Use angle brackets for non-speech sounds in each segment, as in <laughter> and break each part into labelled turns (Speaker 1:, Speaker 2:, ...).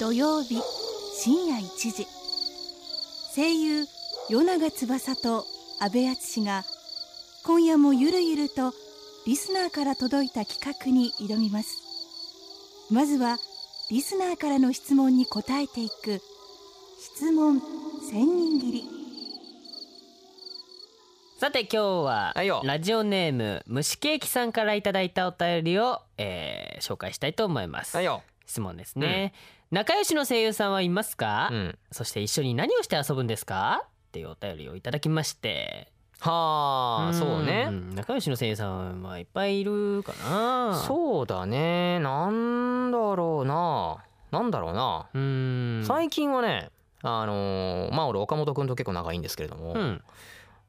Speaker 1: 土曜日深夜1時声優与永翼と阿部淳が今夜もゆるゆるとリスナーから届いた企画に挑みますまずはリスナーからの質問に答えていく質問千人切り
Speaker 2: さて今日は
Speaker 3: はいよ
Speaker 2: ラジオネーム虫ケーキさんからいただいたお便りを、えー紹介したいと思います、
Speaker 3: はいよ。
Speaker 2: 質問ですね、仲良しの声優さんはいますか、
Speaker 3: うん。
Speaker 2: そして一緒に何をして遊ぶんですかっていうお便りをいただきまして
Speaker 3: はあ、
Speaker 2: ん
Speaker 3: そうね。
Speaker 2: ん仲良しの声優さんはいっぱいいるかな
Speaker 3: そうだね。なんだろうな。なんだろうな。
Speaker 2: ううん
Speaker 3: 最近はね、あのーまあ俺岡本君と結構仲いいんですけれども、
Speaker 2: うん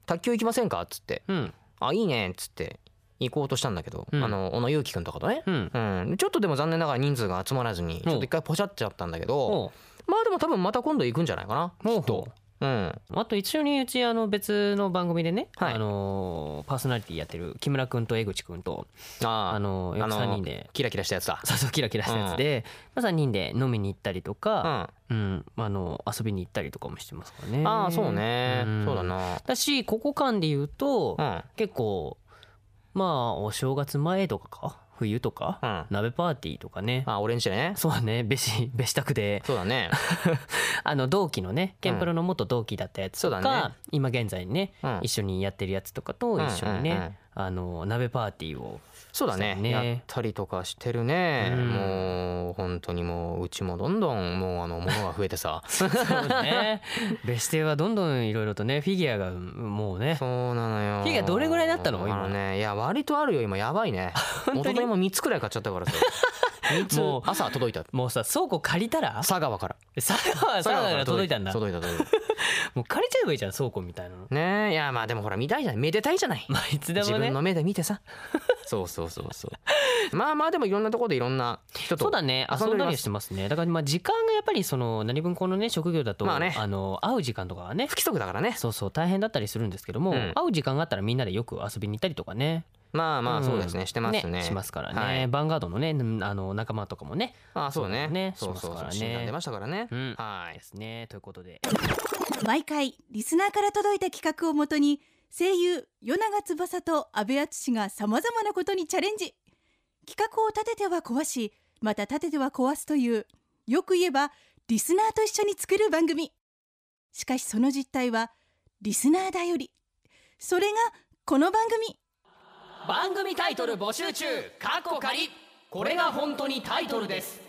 Speaker 3: 卓球行きませんかっつって、
Speaker 2: うん
Speaker 3: あいいねっつって行こうとしたんだけど、
Speaker 2: うん
Speaker 3: あの小野裕貴君とかとね。
Speaker 2: うん
Speaker 3: うん、ちょっとでも残念ながら人数が集まらずにちょっと一回ポシャっちゃったんだけど
Speaker 2: おう
Speaker 3: まあでも多分また今度行くんじゃないかな
Speaker 2: ほうほう
Speaker 3: きっとうん
Speaker 2: あと一緒にうちあの別の番組でね、
Speaker 3: はい
Speaker 2: あのーパーソナリティやってる木村君と江口君と
Speaker 3: あ
Speaker 2: あ
Speaker 3: あの
Speaker 2: のよく3人で
Speaker 3: キラキラしたやつだ
Speaker 2: そうそうキラキラしたやつで、まあ、3人で飲みに行ったりと
Speaker 3: うん
Speaker 2: か、
Speaker 3: あ
Speaker 2: うんあの遊びに行ったりとかもしてますからね。
Speaker 3: あそうね
Speaker 2: ん
Speaker 3: そうだな
Speaker 2: だしここ間で言うと、
Speaker 3: うん
Speaker 2: 結構まあお正月前とかか冬とか、
Speaker 3: うん
Speaker 2: 鍋パーティーとかね
Speaker 3: あオレンジでね
Speaker 2: そうだね別紙別宅で
Speaker 3: そう
Speaker 2: <laughs>
Speaker 3: だね
Speaker 2: あの同期のねケンプロの元同期だったやつとか、
Speaker 3: そうだね
Speaker 2: 今現在ね、
Speaker 3: うん
Speaker 2: 一緒にやってるやつとかと一緒にね、
Speaker 3: うんうんうん
Speaker 2: あの鍋パーティーを
Speaker 3: そうだね
Speaker 2: そうね
Speaker 3: やったりとかしてるね
Speaker 2: うん
Speaker 3: もう本当にもううちもどんどんもうあの物が増えてさ
Speaker 2: <laughs> そうね別邸はどんどんいろいろとねフィギュアがもうね
Speaker 3: そうなのよ
Speaker 2: 火がどれぐらいだったの今
Speaker 3: あのねいや割とあるよ今やばいね
Speaker 2: <laughs> 本
Speaker 3: 一
Speaker 2: 当
Speaker 3: 昨
Speaker 2: に
Speaker 3: 日も3つくらい買っちゃったか
Speaker 2: <laughs>
Speaker 3: らさ3
Speaker 2: もう
Speaker 3: つ朝届いた
Speaker 2: もうさ倉庫借りたら
Speaker 3: 佐川から
Speaker 2: 佐川佐川が届いたんだ
Speaker 3: 届いた届いた
Speaker 2: もう借りちゃえばいいじゃん倉庫みたいなの
Speaker 3: ねえいやまあでもほら見たいじゃないめでたいじゃない
Speaker 2: まあい <laughs> つで
Speaker 3: 自
Speaker 2: もね
Speaker 3: 分の目で見
Speaker 2: <laughs>
Speaker 3: てさそうそうそうそうまあまあでもいろんなところでいろんな人と
Speaker 2: そうだね遊んだりはして
Speaker 3: も
Speaker 2: ますねだからまあ時間がやっぱりその何分このね職業だと、
Speaker 3: まあね
Speaker 2: の会う時間とかはね
Speaker 3: 不規則だからね
Speaker 2: そうそう大変だったりするんですけども、
Speaker 3: うん
Speaker 2: 会う時間があったらみんなでよく遊びに行ったりとかね
Speaker 3: まあ
Speaker 2: う
Speaker 3: まあ
Speaker 2: ん
Speaker 3: そうですねしてますね
Speaker 2: しますからね、
Speaker 3: はい
Speaker 2: バンガードのねうんあの仲間とかもね
Speaker 3: ああそうだね
Speaker 2: そ
Speaker 3: そうう
Speaker 2: だねしますから
Speaker 3: そうそう
Speaker 2: ね
Speaker 3: 診断出ましたからね
Speaker 2: うん
Speaker 3: は
Speaker 2: で
Speaker 3: い
Speaker 2: すねということで
Speaker 1: 毎回リスナーから届いた企画をもとに声優与永翼と阿部淳がさまざまなことにチャレンジ企画を立てては壊しまた立てては壊すというよく言えばリスナーと一緒に作る番組しかしその実態はリスナーだよりそれがこの番組
Speaker 2: 番組タイトル募集中過去仮これが本当にタイトルです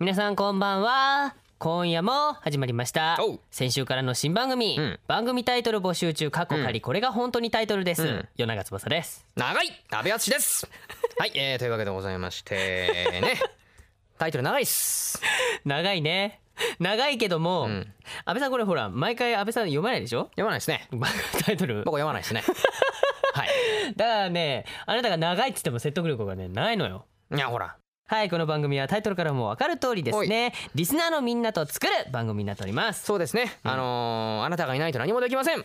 Speaker 2: 皆さんこんばんは今夜も始まりました
Speaker 3: おう
Speaker 2: 先週からの新番組、
Speaker 3: うん
Speaker 2: 番組タイトル募集中過去仮、
Speaker 3: うん
Speaker 2: これが本当にタイトルです、
Speaker 3: うん
Speaker 2: 夜長翼です
Speaker 3: 長い阿部淳です
Speaker 2: <laughs>
Speaker 3: はいえーというわけでございましてねタイトル長いっす
Speaker 2: 長いね長いけども、
Speaker 3: うん
Speaker 2: 安倍さんこれほら毎回安倍さん読まないでしょ
Speaker 3: 読まないですね
Speaker 2: 番組タイトルだか
Speaker 3: 僕は読まない
Speaker 2: <laughs>
Speaker 3: ですねはい
Speaker 2: らねあなたが長いっつっても説得力がねないのよ
Speaker 3: いやほら
Speaker 2: はいこの番組はタイトルからも分かる通りですねリスナーのみんなと作る番組になっております
Speaker 3: そうですね、あのーあなたがいないと何もできません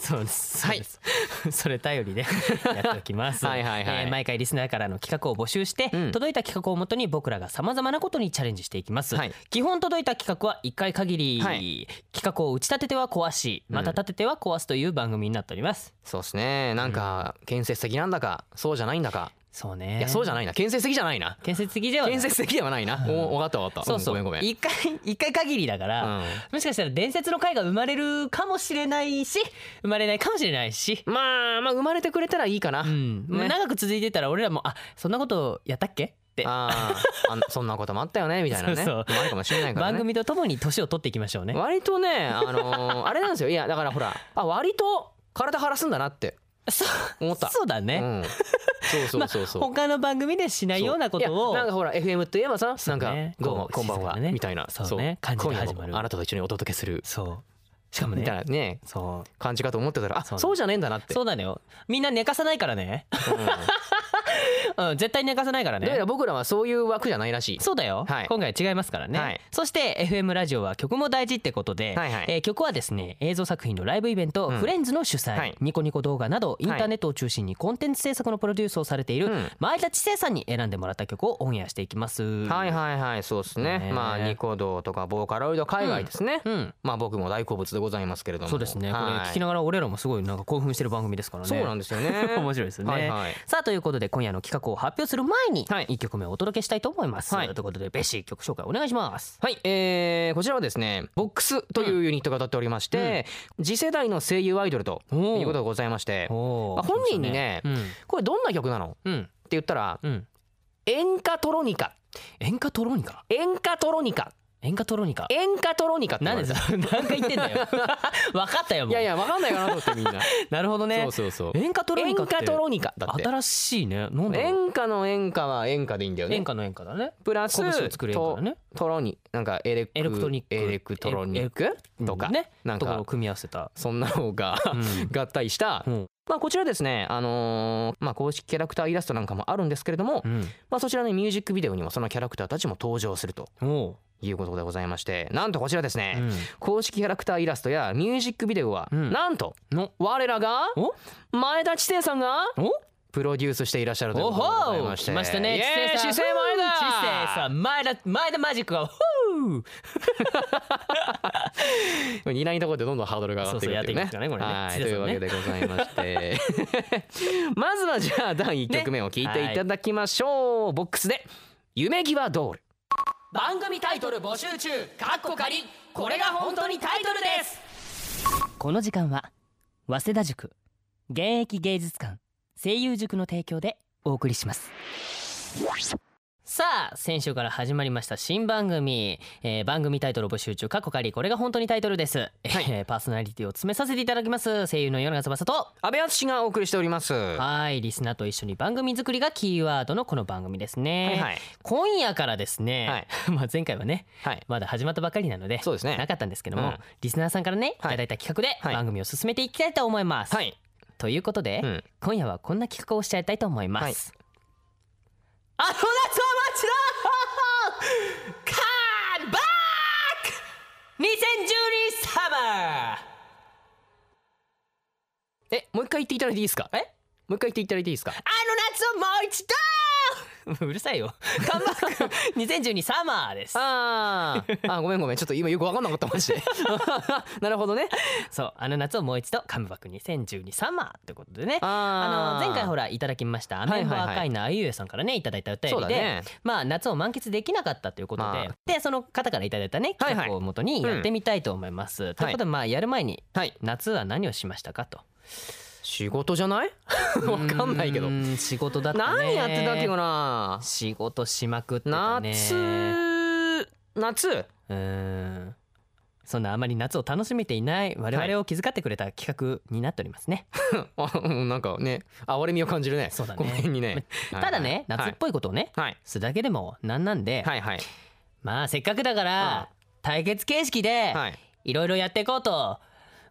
Speaker 2: そうです。
Speaker 3: はい
Speaker 2: そうです <laughs> それ頼
Speaker 3: <laughs>
Speaker 2: りでやっておきます。
Speaker 3: はいはいはい
Speaker 2: えー毎回リスナーからの企画を募集して、
Speaker 3: うん
Speaker 2: 届いた企画をもとに僕らがさまざまなことにチャレンジしていきます。
Speaker 3: はい
Speaker 2: 基本届いた企画は一回限り、
Speaker 3: はい
Speaker 2: 企画を打ち立てては壊し、また立てては壊すという番組になっております。
Speaker 3: そうですねなんか建設的なんだかそうじゃないんだか、
Speaker 2: そうね。
Speaker 3: いやそうじゃ
Speaker 2: ない。
Speaker 3: ないな建設的じゃないな
Speaker 2: 建設的ではない
Speaker 3: 建設的ではないな、お分かった分かった
Speaker 2: そうそう、
Speaker 3: んごめんごめん
Speaker 2: 一回一回限りだから、もしかしたら伝説の回が生まれるかもしれないし生まれないかもしれないし
Speaker 3: うん、まあまあ生まれてくれたらいいかな、
Speaker 2: うん、
Speaker 3: ね
Speaker 2: 長く続いてたら俺らもあそんなことやったっけって
Speaker 3: あーあん <laughs> そんなこともあったよねみたいなね
Speaker 2: そうそう
Speaker 3: あるかもしれないから、ね、
Speaker 2: 番組とともに年を取っていきましょうね
Speaker 3: 割とねあ
Speaker 2: <laughs>
Speaker 3: のーあれなんですよいやだからほらあ割と体張らすんだなって
Speaker 2: そう
Speaker 3: 思った
Speaker 2: そうだ
Speaker 3: う
Speaker 2: ね、
Speaker 3: ん、そうそうそ
Speaker 2: <laughs>
Speaker 3: うそう、
Speaker 2: 他の番組でしないようなこと
Speaker 3: いやなん
Speaker 2: を
Speaker 3: かほら FM といえばさ、
Speaker 2: そ
Speaker 3: な
Speaker 2: うん
Speaker 3: か
Speaker 2: ね
Speaker 3: どうも
Speaker 2: こ
Speaker 3: こ
Speaker 2: うん
Speaker 3: ばん
Speaker 2: 静
Speaker 3: は
Speaker 2: かなね
Speaker 3: みたいな
Speaker 2: そうね感じで
Speaker 3: 今夜
Speaker 2: 始まる
Speaker 3: もあなたと一緒にお届けする
Speaker 2: そうしかも
Speaker 3: みた
Speaker 2: ね
Speaker 3: いなね
Speaker 2: そ
Speaker 3: 感じかと思ってたらあ
Speaker 2: そう
Speaker 3: そうじゃねえんだなっ
Speaker 2: う
Speaker 3: て
Speaker 2: そうだよみんな寝かさないからね
Speaker 3: うん
Speaker 2: うん、絶対寝かさないから
Speaker 3: どうや
Speaker 2: ね
Speaker 3: ら僕らはそういう枠じゃないらしい
Speaker 2: そうだよ、
Speaker 3: はい
Speaker 2: 今回は違いますからね、
Speaker 3: はい
Speaker 2: そして FM ラジオは曲も大事ってことで、
Speaker 3: はいはい
Speaker 2: えー曲はですね映像作品のライブイベント「
Speaker 3: うん
Speaker 2: フレンズ」の主催、
Speaker 3: はい
Speaker 2: ニコニコ動画などインターネットを中心にコンテンツ制作のプロデュースをされている
Speaker 3: うん
Speaker 2: 前田知世さんに選んでもらった曲をオンエアしていきます
Speaker 3: はいはいはいそうですね
Speaker 2: ねえ
Speaker 3: まあニコ動とかボーカロイド海外ですね、
Speaker 2: うん
Speaker 3: まあ僕も大好物でございますけれども
Speaker 2: そうですねこれ
Speaker 3: はい
Speaker 2: 聞きながら俺らもすごいなんか興奮してる番組ですからね
Speaker 3: そうなんですよ
Speaker 2: <laughs>
Speaker 3: ね
Speaker 2: 面白いですよね、
Speaker 3: はいはい
Speaker 2: さあということで今夜の企画を発表する前に
Speaker 3: はい
Speaker 2: 1曲目をお届けしたいと思います、
Speaker 3: はい
Speaker 2: ということでベッシー曲紹介お願いします
Speaker 3: はい、えーこちらはですねボックスというユニットが歌っておりまして、次世代の声優アイドルと
Speaker 2: おー
Speaker 3: いうことがございまして
Speaker 2: おー
Speaker 3: まあ本人にね
Speaker 2: そうです
Speaker 3: これどんな曲なのって
Speaker 2: うんうん
Speaker 3: 言ったら
Speaker 2: うん
Speaker 3: 「演歌トロニカ」
Speaker 2: 演歌トロニカ
Speaker 3: 「演歌トロニカ」
Speaker 2: 演歌トロニカ
Speaker 3: 「演歌トロニカ」って言わ
Speaker 2: 何で
Speaker 3: れた
Speaker 2: さ何回言ってん
Speaker 3: <laughs>
Speaker 2: だよ分かったよもう
Speaker 3: いやいやわかんないかなと思ってみんな
Speaker 2: なるほ <laughs> どね
Speaker 3: そうそうそう
Speaker 2: 演歌トロ
Speaker 3: 演
Speaker 2: ニカっ
Speaker 3: 歌
Speaker 2: て
Speaker 3: トロニカだって
Speaker 2: 新しいねなんだろう
Speaker 3: 演歌の演歌は演歌でいいんだよね
Speaker 2: 演歌の演歌だね
Speaker 3: プラス
Speaker 2: 拳を作る演歌だね
Speaker 3: トトロニなんかエレク
Speaker 2: エレクトロニック
Speaker 3: エレクトロニック
Speaker 2: うん
Speaker 3: とか、
Speaker 2: ね
Speaker 3: なん
Speaker 2: ところ
Speaker 3: か
Speaker 2: を組み合わせた
Speaker 3: そんなのが
Speaker 2: うん
Speaker 3: 合体した、
Speaker 2: うん
Speaker 3: まあ、こちらですね、あのーまあ、公式キャラクターイラストなんかもあるんですけれども、
Speaker 2: うん
Speaker 3: まあ、そちらのミュージックビデオにもそのキャラクターたちも登場すると
Speaker 2: おう
Speaker 3: いうことでございましてなんとこちらですね、
Speaker 2: うん
Speaker 3: 公式キャラクターイラストやミュージックビデオは、
Speaker 2: うん
Speaker 3: なんと
Speaker 2: の
Speaker 3: 我らが
Speaker 2: お
Speaker 3: 前田知世さんが
Speaker 2: お
Speaker 3: プロデュースしていらっしゃるという
Speaker 2: お
Speaker 3: ことでござい
Speaker 2: ほ
Speaker 3: ま
Speaker 2: う
Speaker 3: して
Speaker 2: 来ましたね
Speaker 3: イエーイ
Speaker 2: 知
Speaker 3: 知
Speaker 2: 世
Speaker 3: 世前田
Speaker 2: 知世さん前田前田マジックはほう
Speaker 3: いないところでどんどんハードルが上がっていくっていうね。
Speaker 2: そうそうやっていくんですかねこれね
Speaker 3: はい、
Speaker 2: 土田
Speaker 3: とい
Speaker 2: さ
Speaker 3: うんわ
Speaker 2: ね
Speaker 3: けでございまして。
Speaker 2: <laughs>
Speaker 3: まずはじゃあ第1曲目を聞いていただきましょう。ボックスで夢際ドール。
Speaker 2: 番組タイトル募集中かっこ仮これが本当にタイトルですこの時間は早稲田塾現役芸術館声優塾の提供でお送りしますさあ先週から始まりました新番組、えー番組タイトル募集中かっこ仮これが本当にタイトルです、えーパーソナリティを詰めさせていただきます声優の米長翼と
Speaker 3: 安倍敦がお送りしております。は
Speaker 2: はいリスナーと一緒に番組作りがキーワードのこの番組ですね、
Speaker 3: いはい
Speaker 2: 今夜からですね、 <laughs> まあ前回はね
Speaker 3: はい。
Speaker 2: まだ始まったばかりなので
Speaker 3: そうですね
Speaker 2: なかったんですけども、
Speaker 3: うん
Speaker 2: リスナーさんからねい
Speaker 3: はい
Speaker 2: ただいた企画で
Speaker 3: はい
Speaker 2: 番組を進めていきたいと思います、
Speaker 3: はい。
Speaker 2: ということで、
Speaker 3: うん
Speaker 2: 今夜はこんな企画をしちゃいたいと思います、あの夏を待ちだカーンバック2012サマー
Speaker 3: え、もう一回言っていただいていいですか。え、もう一回言っていただいていいですか。
Speaker 2: あの夏をもう一度うるさいよカムバッ
Speaker 3: <laughs>
Speaker 2: ク2012サマーです
Speaker 3: あーあー、ごめんごめん。ちょっと今よくわかんなかったマジ
Speaker 2: <laughs>
Speaker 3: で。なるほどね。
Speaker 2: そうあの夏をもう一度カムバック2012サマーってことでねあ
Speaker 3: あ
Speaker 2: の前回ほ
Speaker 3: ら。
Speaker 2: らいただきましたア
Speaker 3: いは
Speaker 2: メ
Speaker 3: い
Speaker 2: ンボ赤いなあゆえさんからねいただいたお便
Speaker 3: そう
Speaker 2: り
Speaker 3: だ
Speaker 2: で、
Speaker 3: ね。
Speaker 2: まあ夏を満喫できなかったということで、
Speaker 3: ま
Speaker 2: でその方からいただいたね
Speaker 3: はいはい
Speaker 2: 企画をもとにやってみたいと思います。ということでまあやる前に
Speaker 3: はい。
Speaker 2: 夏は何をしましたかと。
Speaker 3: 仕事じゃない？ <laughs> わかんないけど
Speaker 2: う。ーん仕事だったね。
Speaker 3: 何やってたっけかな。
Speaker 2: 仕事しまくってたね。
Speaker 3: 夏夏 <laughs>
Speaker 2: うーん。そんなあまり夏を楽しめていない我々を気遣ってくれた企画になっておりますね。
Speaker 3: あうんなんかね哀れみを感じるね
Speaker 2: そうだね
Speaker 3: この辺にね
Speaker 2: ただね、夏っぽいことをね、
Speaker 3: はい
Speaker 2: するだけでもなんなんで、
Speaker 3: はいはい
Speaker 2: まあせっかくだから対決形式で、
Speaker 3: はい
Speaker 2: いろいろやっていこうと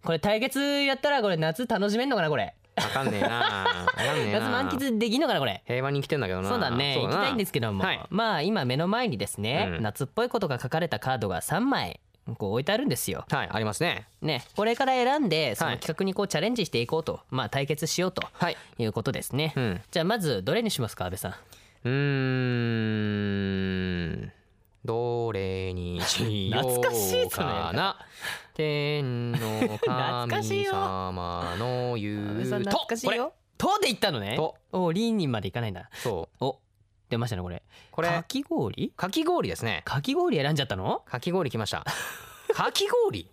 Speaker 2: これ対決やったらこれ夏楽しめんのかなこれ
Speaker 3: わかんねえなわかんねえな
Speaker 2: 夏満喫できんのかなこれ
Speaker 3: 平和に生きてんだけどな
Speaker 2: そうだね行きたいんですけども、
Speaker 3: はい
Speaker 2: まあ今目の前にですね、
Speaker 3: うん
Speaker 2: 夏っぽいことが書かれたカードが3枚こう置いてあるんですよ。
Speaker 3: はいありますね
Speaker 2: ねこれから選んでそ
Speaker 3: は
Speaker 2: の
Speaker 3: い
Speaker 2: 企画にこうチャレンジしていこうと、まあ対決しようと
Speaker 3: はい
Speaker 2: いうことですね。
Speaker 3: うん
Speaker 2: じゃあまずどれにしますか安部さん。
Speaker 3: うーんどれにしよ
Speaker 2: 懐かしいっ
Speaker 3: う
Speaker 2: すね
Speaker 3: かな天の
Speaker 2: 懐かしい
Speaker 3: 神
Speaker 2: よ
Speaker 3: 様の
Speaker 2: 安
Speaker 3: 言
Speaker 2: 部さん
Speaker 3: うと
Speaker 2: <laughs> 懐かしいよ。とで行ったのね。
Speaker 3: と
Speaker 2: おリンにまで行かないんだ。
Speaker 3: これそう
Speaker 2: お出ましたねこれ。
Speaker 3: これ
Speaker 2: かき氷？
Speaker 3: かき氷ですね
Speaker 2: かき氷選んじゃったの？
Speaker 3: かき氷来
Speaker 2: <laughs>
Speaker 3: ました。かき氷。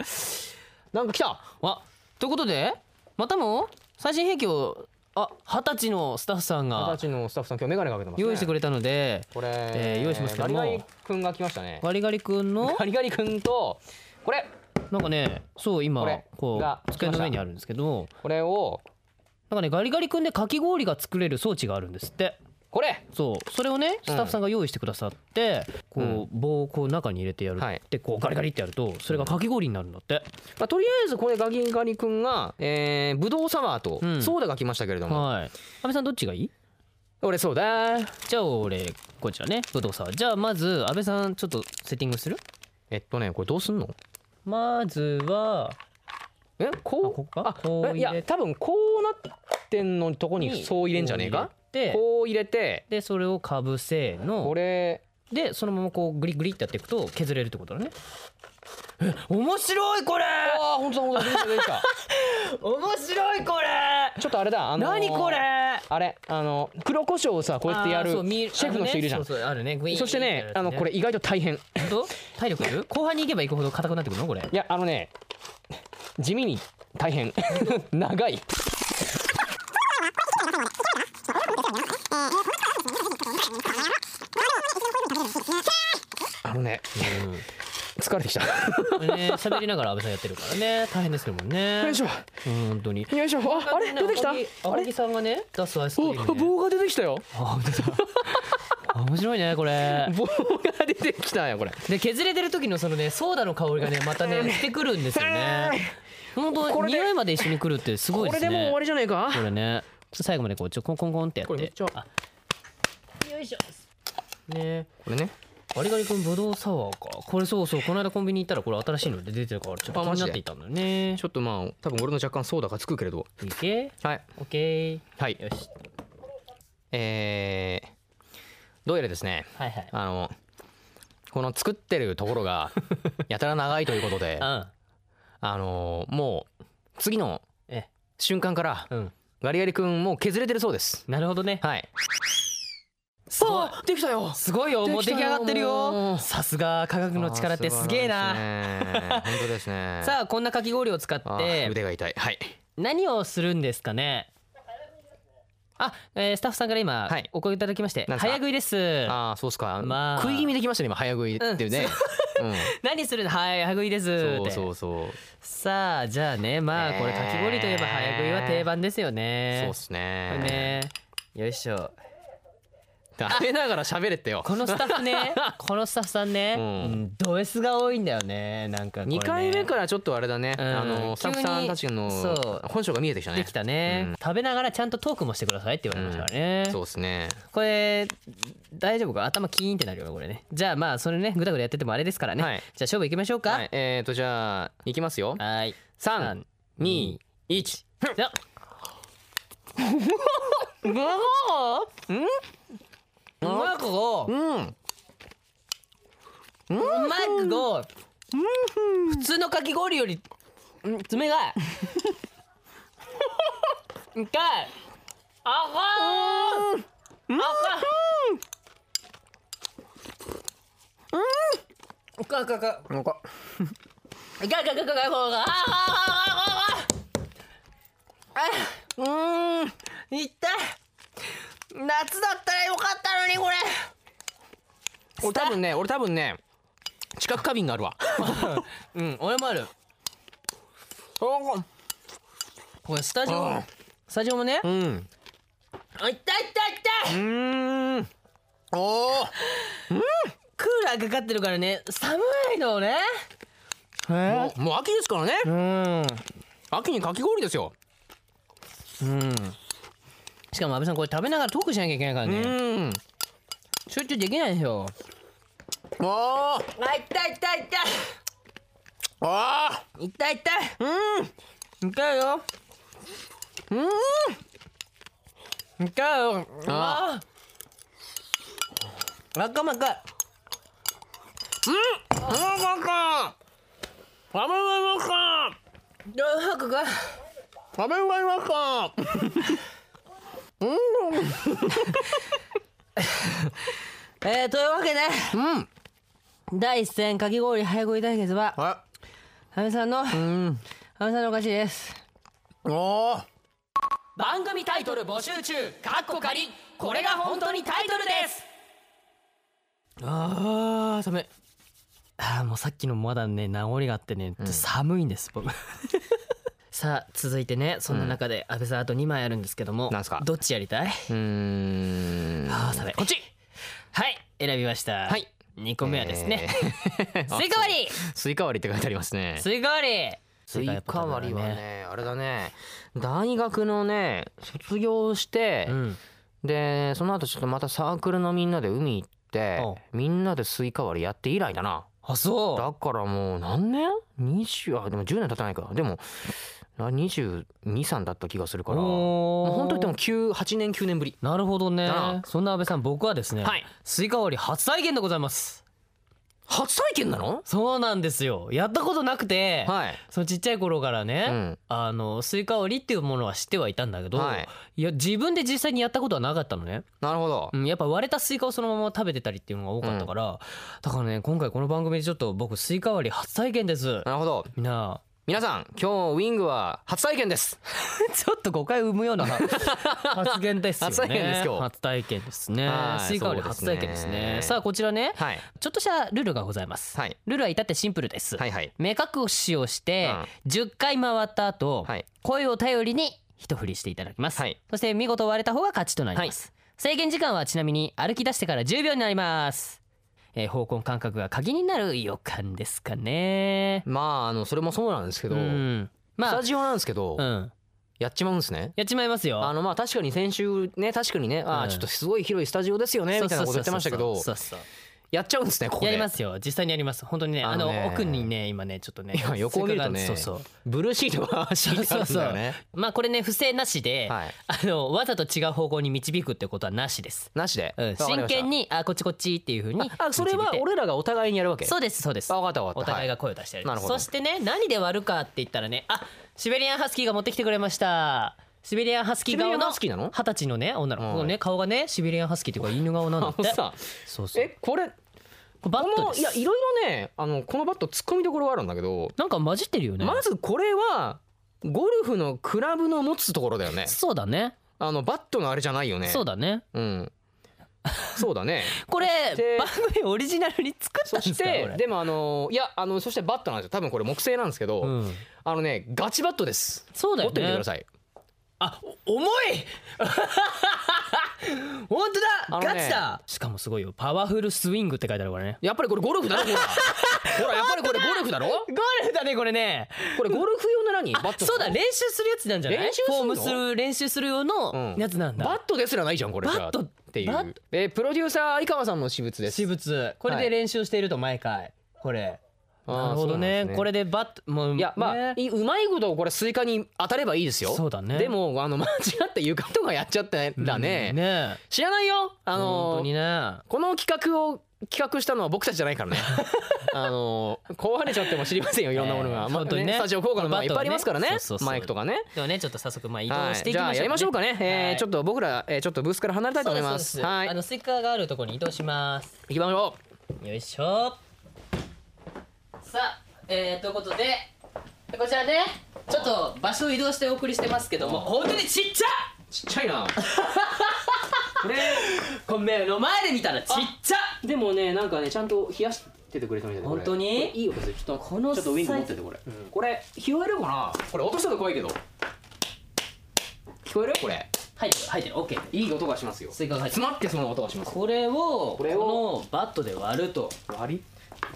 Speaker 3: なんか来た。
Speaker 2: あということでまたも最新兵器をあ二十歳のスタッフさん
Speaker 3: 二
Speaker 2: が
Speaker 3: 十歳のスタッフさん今日メガネかけてます、ね。
Speaker 2: 用意してく
Speaker 3: れ。
Speaker 2: れたので
Speaker 3: これ、
Speaker 2: えー用意しますけども
Speaker 3: ガリガリ君が来ましたね。
Speaker 2: ガリガリ君の
Speaker 3: ガリガリ君とこれ
Speaker 2: なんかねそう今
Speaker 3: これ
Speaker 2: こ
Speaker 3: が
Speaker 2: う机の上にあるんですけど
Speaker 3: これを
Speaker 2: なんかねガリガリ君でかき氷が作れる装置があるんですって
Speaker 3: これ。
Speaker 2: そうそれをねスタッフさんが用意してくださってこう棒をこう中に入れてやる
Speaker 3: はい
Speaker 2: でこうガリガリってやるとそれがかき氷になるんだって
Speaker 3: まあとりあえずこれガリガリ君が、えー、ブドウサワーと、
Speaker 2: うん
Speaker 3: ソーダが来ましたけれども。
Speaker 2: はい安部さんどっちがいい
Speaker 3: 俺そうだ
Speaker 2: じゃあ俺こちらね武藤さんじゃあまず安倍さんちょっとセッティングする
Speaker 3: えっとねこれどうすんの
Speaker 2: まずは
Speaker 3: えこ
Speaker 2: あこ
Speaker 3: う
Speaker 2: こかこう入れ
Speaker 3: いや多分こうなってんのとこにそう入れんじゃねえか
Speaker 2: で
Speaker 3: こう入れて
Speaker 2: でそれをかぶせーの
Speaker 3: これ
Speaker 2: でそのままこうグリグリってやっていくと削れるってことだねえ面白いこれ
Speaker 3: ああ本当だ本当だ出てきた出てきた
Speaker 2: 面白いこれ
Speaker 3: ちょっとあれだあのー
Speaker 2: 何これ
Speaker 3: あれあの黒胡椒をさこうやってやる
Speaker 2: あー
Speaker 3: シ
Speaker 2: そう見る
Speaker 3: ェフの人いるじゃ
Speaker 2: あ
Speaker 3: ん
Speaker 2: ねそうそうあるねグイーン
Speaker 3: そしてね
Speaker 2: って
Speaker 3: あ
Speaker 2: やるやつ
Speaker 3: のこれ意外と大変い
Speaker 2: 本当体力い
Speaker 3: <laughs>
Speaker 2: る後半に行けば行くほど硬くなってくるのこれ
Speaker 3: やあのね地味に大変 <laughs> 長いあのね疲れてきたよ
Speaker 2: これね喋りながら安倍さんやってるからね大変ですけどもね
Speaker 3: いしょ
Speaker 2: うん本当に
Speaker 3: よいしょああれ出てきた
Speaker 2: あ
Speaker 3: あ
Speaker 2: れ
Speaker 3: れ
Speaker 2: 木さんがね出すアイスクリ
Speaker 3: お
Speaker 2: ームね
Speaker 3: 棒が出てきたよ
Speaker 2: あ本当だあ面白いねこれ
Speaker 3: 棒が出てきたよこれ
Speaker 2: で削れてる時のそのねソーダの香り
Speaker 3: <laughs>
Speaker 2: がねまたねしてくるんですよね本当
Speaker 3: これで
Speaker 2: 匂いまで一緒に来るってすごい
Speaker 3: こ
Speaker 2: で
Speaker 3: れ
Speaker 2: すね
Speaker 3: でもう終わりじゃねえか
Speaker 2: これね最後までこうちょコンコンコンってやって
Speaker 3: これめっちゃ
Speaker 2: あよいしょね
Speaker 3: これね
Speaker 2: ガリガリ君ぶどうサワーかこれそうそうこの間コンビニ行ったらこれ新しいので出てるからちょっと
Speaker 3: あ
Speaker 2: 気
Speaker 3: マ
Speaker 2: に
Speaker 3: ジ
Speaker 2: な
Speaker 3: で
Speaker 2: っていたんだよね
Speaker 3: ちょっとまあ多分俺の若干ソーダがつくけれど
Speaker 2: いけ
Speaker 3: はい
Speaker 2: オッケー
Speaker 3: はい
Speaker 2: よし
Speaker 3: えー、どうやらですね
Speaker 2: はいはい
Speaker 3: あのこの作ってるとこ
Speaker 2: <laughs>
Speaker 3: ろがやたら長いということであ
Speaker 2: うん
Speaker 3: のもう次の
Speaker 2: え
Speaker 3: 瞬間から
Speaker 2: うん
Speaker 3: ガリガリ君もう削れてるそうです
Speaker 2: なるほどね
Speaker 3: はい
Speaker 2: すごい
Speaker 3: あできたよ
Speaker 2: すごいよもう出来上がってる
Speaker 3: できたよも
Speaker 2: よ
Speaker 3: う
Speaker 2: さすが科学の力ってすげえな
Speaker 3: な本当ですね
Speaker 2: <laughs> さあこんなかき氷を使っ
Speaker 3: あー
Speaker 2: て
Speaker 3: 腕が痛いはい
Speaker 2: 何をするんですかねあ、えースタッフさんから今
Speaker 3: はい
Speaker 2: お声いただきまして
Speaker 3: なんですか
Speaker 2: 早食いです
Speaker 3: ああそうっすか、
Speaker 2: まあ
Speaker 3: 食い気味できましたね今早食いっていうね、うん
Speaker 2: 何するのはい早食いですって
Speaker 3: そうそうそう
Speaker 2: さあじゃあねまあこれかき氷といえば早食いは定番ですよね
Speaker 3: そうっすね
Speaker 2: これねよいしょ
Speaker 3: 食べながら喋れってよ
Speaker 2: このスタッフ
Speaker 3: <laughs>
Speaker 2: ねこのスタッフさんね、う
Speaker 3: うん
Speaker 2: ん、ド S が多いんだよねなんかこれね
Speaker 3: 2回目からちょっとあれだね、
Speaker 2: うん
Speaker 3: あのスタッフさんたち
Speaker 2: 急にそ
Speaker 3: の
Speaker 2: う
Speaker 3: 本性が見えてきたね
Speaker 2: できたね、
Speaker 3: うん
Speaker 2: 食べながらちゃんとトークもしてくださいって言われましたからね、
Speaker 3: そうですね
Speaker 2: これ大丈夫か頭キーンってなるよねこれねじゃあまあそれねぐだぐだやっててもあれですからね、
Speaker 3: はい
Speaker 2: じゃあ勝負いきましょうか
Speaker 3: はいえーとじゃあいきますよ
Speaker 2: はい
Speaker 3: 321
Speaker 2: 二じゃあ
Speaker 3: うま
Speaker 2: うまくごう
Speaker 3: う
Speaker 2: ま
Speaker 3: ん
Speaker 2: くご普通のかき氷よりうん冷たい
Speaker 3: <laughs>
Speaker 2: 痛いあはーあはーかかか
Speaker 3: なんか
Speaker 2: ガガガガガガガ
Speaker 3: うーん
Speaker 2: 痛い夏だったらよかったのにこれ
Speaker 3: 俺多分ね俺多分ね知覚過敏があるわ
Speaker 2: うん俺もあるこれスタジ
Speaker 3: う
Speaker 2: オ
Speaker 3: ん
Speaker 2: スタジオもね
Speaker 3: うん
Speaker 2: あ痛い痛い痛い
Speaker 3: うーんお
Speaker 2: クーラーかかってるからね寒いのね
Speaker 3: ーもうもう秋ですからね
Speaker 2: うん
Speaker 3: 秋にかき氷ですよ
Speaker 2: しかも安倍さんこれ食べながらトークしなきゃいけないから
Speaker 3: う
Speaker 2: ね
Speaker 3: ーん
Speaker 2: 集中できないでしょ
Speaker 3: おー
Speaker 2: あ痛い痛い痛い
Speaker 3: あ
Speaker 2: 痛い痛い
Speaker 3: ーうん
Speaker 2: 痛いようん痛いよ
Speaker 3: あ
Speaker 2: あ赤まか
Speaker 3: 甘かった食べました
Speaker 2: いどうくか
Speaker 3: 食べました
Speaker 2: えー、というわけで
Speaker 3: うん
Speaker 2: 第一戦かき氷早食い対決は
Speaker 3: あ
Speaker 2: 羽生さんの羽
Speaker 3: うん
Speaker 2: 生さんのおかしいです
Speaker 3: おー
Speaker 2: 番組タイトル募集中かっこかりこれが本当にタイトルですあー寒いあーもうさっきのまだね名残があってね、寒いんです
Speaker 3: <laughs>
Speaker 2: 僕さあ続いてねそんな中で安倍さんあと2枚あるんですけども
Speaker 3: なんすか
Speaker 2: どっちやりたいう
Speaker 3: ーん
Speaker 2: あー寒い
Speaker 3: こっち
Speaker 2: はい選びました
Speaker 3: はい
Speaker 2: 2個目はですね、 <laughs>
Speaker 3: えー
Speaker 2: スイカ割り
Speaker 3: スイカ割りって書いてありますね
Speaker 2: スイカ割り
Speaker 3: スイカ割りはねあれだね大学のね卒業して
Speaker 2: うん
Speaker 3: でその後ちょっとまたサークルのみんなで海行って
Speaker 2: おう
Speaker 3: みんなでスイカ割りやって以来だな
Speaker 2: あそ
Speaker 3: だからもう何年 ?20 あでも10年経たないかでも223だった気がする
Speaker 2: う
Speaker 3: からもう
Speaker 2: おー
Speaker 3: 本当にでも98年9年ぶり
Speaker 2: なるほどね
Speaker 3: だな
Speaker 2: そんな安倍さん僕はですね、
Speaker 3: はい
Speaker 2: スイカ割り初体験でございます
Speaker 3: 初体験なの
Speaker 2: そうなんですよやったことなくて、
Speaker 3: はい
Speaker 2: そのちっちゃい頃からね、
Speaker 3: うん
Speaker 2: あのスイカ割りっていうものは知ってはいたんだけど、
Speaker 3: はい
Speaker 2: い、や自分で実際にやったことはなかったのね、
Speaker 3: なるほど
Speaker 2: うん、やっぱ割れたスイカをそのまま食べてたりっていうのが多かったから、だからね今回この番組でちょっと僕スイカ割り初体験です
Speaker 3: なるほど
Speaker 2: みんな
Speaker 3: 皆さん今日ウィングは初体験です
Speaker 2: <laughs> ちょっと誤解を生む <laughs> ような発言ですよね
Speaker 3: 初体験で
Speaker 2: <laughs> 初体験です
Speaker 3: す今日
Speaker 2: ね
Speaker 3: はい
Speaker 2: スイカ割り初体験です
Speaker 3: そうです
Speaker 2: ね
Speaker 3: ね
Speaker 2: さあこちらね
Speaker 3: はい
Speaker 2: ちょっとしたルールがございます、
Speaker 3: はい
Speaker 2: ルールは至ってシンプルです、
Speaker 3: はいはい
Speaker 2: 目隠しをして10回回った後、
Speaker 3: はい
Speaker 2: 声を頼りに一振りしていただきます、
Speaker 3: はい
Speaker 2: そして見事割れた方が勝ちとなります、制限時間はちなみに歩き出してから10秒になります、えー方向感覚が鍵になる予感ですかね
Speaker 3: まああのそれもそうなんですけ
Speaker 2: う
Speaker 3: どス
Speaker 2: んまあ
Speaker 3: タジオなんですけど
Speaker 2: うん
Speaker 3: やっちまうんですね
Speaker 2: やっちまいますよ
Speaker 3: あのまあ確かに先週ね確かにねあ
Speaker 2: う
Speaker 3: ー
Speaker 2: ん
Speaker 3: ちょっとすごい広いスタジオですよねみたいなこと言ってましたけど
Speaker 2: そうそうそうそう
Speaker 3: やっちゃうんですねここ
Speaker 2: やり
Speaker 3: で
Speaker 2: ますよ実際にやります本当にねあ
Speaker 3: あ
Speaker 2: の
Speaker 3: のね
Speaker 2: 奥にね今ねちょっとね
Speaker 3: 今横を見るとね
Speaker 2: そうそう
Speaker 3: ブルーシートが敷いてあるんだよね
Speaker 2: まあこれね不正なしで、
Speaker 3: はい
Speaker 2: あのわざと違う方向に導くってことはなしです。
Speaker 3: なしで
Speaker 2: うん、真剣
Speaker 3: に
Speaker 2: にあこっちこっちっていう風に
Speaker 3: あそれは
Speaker 2: 導いて
Speaker 3: 俺らがお互いにやるわけ
Speaker 2: そうですそうです
Speaker 3: あ。分かった分か
Speaker 2: お
Speaker 3: った
Speaker 2: 互い
Speaker 3: は
Speaker 2: <laughs> が
Speaker 3: い
Speaker 2: 声を出してやる。
Speaker 3: なるほど
Speaker 2: そしてね何で割るかって言ったらねあシベリアンハスキーが持ってきてくれました。シベリアンハスキー
Speaker 3: シベリ
Speaker 2: 顔
Speaker 3: アン
Speaker 2: の
Speaker 3: ハスキーなの
Speaker 2: 二十歳のね女の子、
Speaker 3: はい
Speaker 2: ここね顔がねシベリアンハスキーっていうか犬顔なんだって
Speaker 3: あの。さ
Speaker 2: そうそう。
Speaker 3: えこれ
Speaker 2: これバッ
Speaker 3: こ
Speaker 2: ト
Speaker 3: の
Speaker 2: で
Speaker 3: いや
Speaker 2: す。
Speaker 3: いろいろねあのこのバット突っ込みどころがあるんだけど
Speaker 2: なんか混じってるよね。
Speaker 3: まずこれはゴルフのクラブの持つところだよね
Speaker 2: そうだね
Speaker 3: あのバットのあれじゃないよね
Speaker 2: そうだね。
Speaker 3: うんそう
Speaker 2: <laughs>
Speaker 3: だね
Speaker 2: これ
Speaker 3: して
Speaker 2: 番組オリジナルに作った
Speaker 3: そ
Speaker 2: んで
Speaker 3: し
Speaker 2: すかこ
Speaker 3: て
Speaker 2: れ。
Speaker 3: でもあのいやあのそしてバットなんですよ多分これ木製なんですけど、
Speaker 2: うん。
Speaker 3: あのねガチバットです
Speaker 2: そうだ
Speaker 3: 持
Speaker 2: よ
Speaker 3: ってみてく
Speaker 2: ね
Speaker 3: だ。さい
Speaker 2: あ、お重い <laughs> 本当
Speaker 3: あの
Speaker 2: だ、
Speaker 3: ね
Speaker 2: ガチだしかもすごいよ。パワフルスイングって書いてあるからね。
Speaker 3: やっぱりこれゴルフだろ
Speaker 2: <laughs>
Speaker 3: ほらほらやっぱりこれゴルフだろ
Speaker 2: ゴルフだね、これね。
Speaker 3: これゴルフ用の何バット
Speaker 2: そうだ、練習するやつなんじゃない
Speaker 3: 練習す
Speaker 2: フ
Speaker 3: る
Speaker 2: ォ
Speaker 3: の
Speaker 2: ームする、練習する用のやつなんだ。
Speaker 3: バットですらないじゃんこれじゃあ
Speaker 2: バット
Speaker 3: ってい
Speaker 2: バッ
Speaker 3: うえープロデューサー井川さんの私物です
Speaker 2: 私物。これで練習していると毎回。これ。
Speaker 3: あー
Speaker 2: なるほどね。
Speaker 3: そうなんですね
Speaker 2: これでバット、もう、
Speaker 3: いやまあ、
Speaker 2: ね
Speaker 3: いいうまいことこれスイカに当たればいいですよ
Speaker 2: そうだね
Speaker 3: でもあの間違って床とかやっちゃったんだね,、
Speaker 2: うんね
Speaker 3: 知らないよあ
Speaker 2: 本
Speaker 3: の
Speaker 2: 当にね。
Speaker 3: この企画を企画したのは僕たちじゃな
Speaker 2: <laughs>
Speaker 3: いからねあの壊れちゃっても知りませんよいろんなものが、
Speaker 2: えー
Speaker 3: まあ
Speaker 2: 本当にね
Speaker 3: スタジオ効果のものがいっぱいありますからね
Speaker 2: このバットはねそうそうそう
Speaker 3: マイクとかね
Speaker 2: ではね、ちょっと早速、まあ、移動
Speaker 3: は
Speaker 2: して
Speaker 3: い
Speaker 2: い
Speaker 3: じ
Speaker 2: きましょう、
Speaker 3: ゃあやりましょうかね、えーちょ
Speaker 2: っ
Speaker 3: っと僕ら、えーちょっとブースから離れたいと思いますはい
Speaker 2: あの、スイカがあるところに移動します。
Speaker 3: 行きましょう
Speaker 2: よいしょさあえー、ということでこちらねちょっと場所を移動してお送りしてますけども本当にちっちゃ
Speaker 3: ちっちゃいなこれ
Speaker 2: これ目の前で見たらちっちゃ
Speaker 3: でもねなんかねちゃんと冷やしててくれたみたいでこれ
Speaker 2: 本当に
Speaker 3: これいい音するちょっと
Speaker 2: この
Speaker 3: ちょっとウィング持っててこれ、これ拾えるかなこれ落としたら怖いけど聞こえるこれ
Speaker 2: 入ってる入ってる OK
Speaker 3: いい音がしますよ
Speaker 2: スイカが入ってる
Speaker 3: 詰まってそうな音がします
Speaker 2: これをこ
Speaker 3: これを
Speaker 2: のバットで割ると
Speaker 3: 割り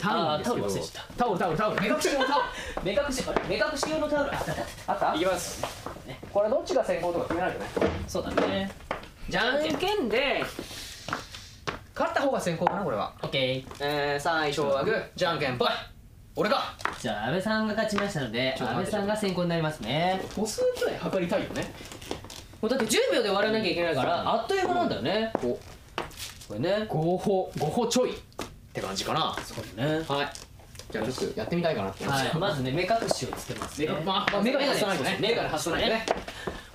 Speaker 2: あ
Speaker 3: タオ
Speaker 2: ー
Speaker 3: ルですけど
Speaker 2: タオル忘れちゃっ
Speaker 3: タオルタオルタオル <laughs> 目隠しのタオル
Speaker 2: 目隠しあれ目隠し用のタオルあったあったあったあった
Speaker 3: いきますこれどっちが先行とか決めないよね
Speaker 2: そうだね
Speaker 3: じゃんけんで勝った方が先行かなこれは
Speaker 2: OK
Speaker 3: えー、最初はグーじゃんけんぽい俺か
Speaker 2: じゃあ安倍さんが勝ちましたので
Speaker 3: ちょっ
Speaker 2: 安
Speaker 3: と待
Speaker 2: 倍
Speaker 3: って
Speaker 2: さんが先行になりますね
Speaker 3: 歩数くらい測りたいよね
Speaker 2: もうだって10秒で割らなきゃいけないからあっという間なんだよね
Speaker 3: お
Speaker 2: これね
Speaker 3: 5歩5歩ちょいって感じかな
Speaker 2: そうだね
Speaker 3: はいじゃあちょっとやってみたいかなって
Speaker 2: はい、まずね目隠しをつけます、
Speaker 3: 目
Speaker 2: ね。
Speaker 3: がまあ目が外さないとね目が外さないとね。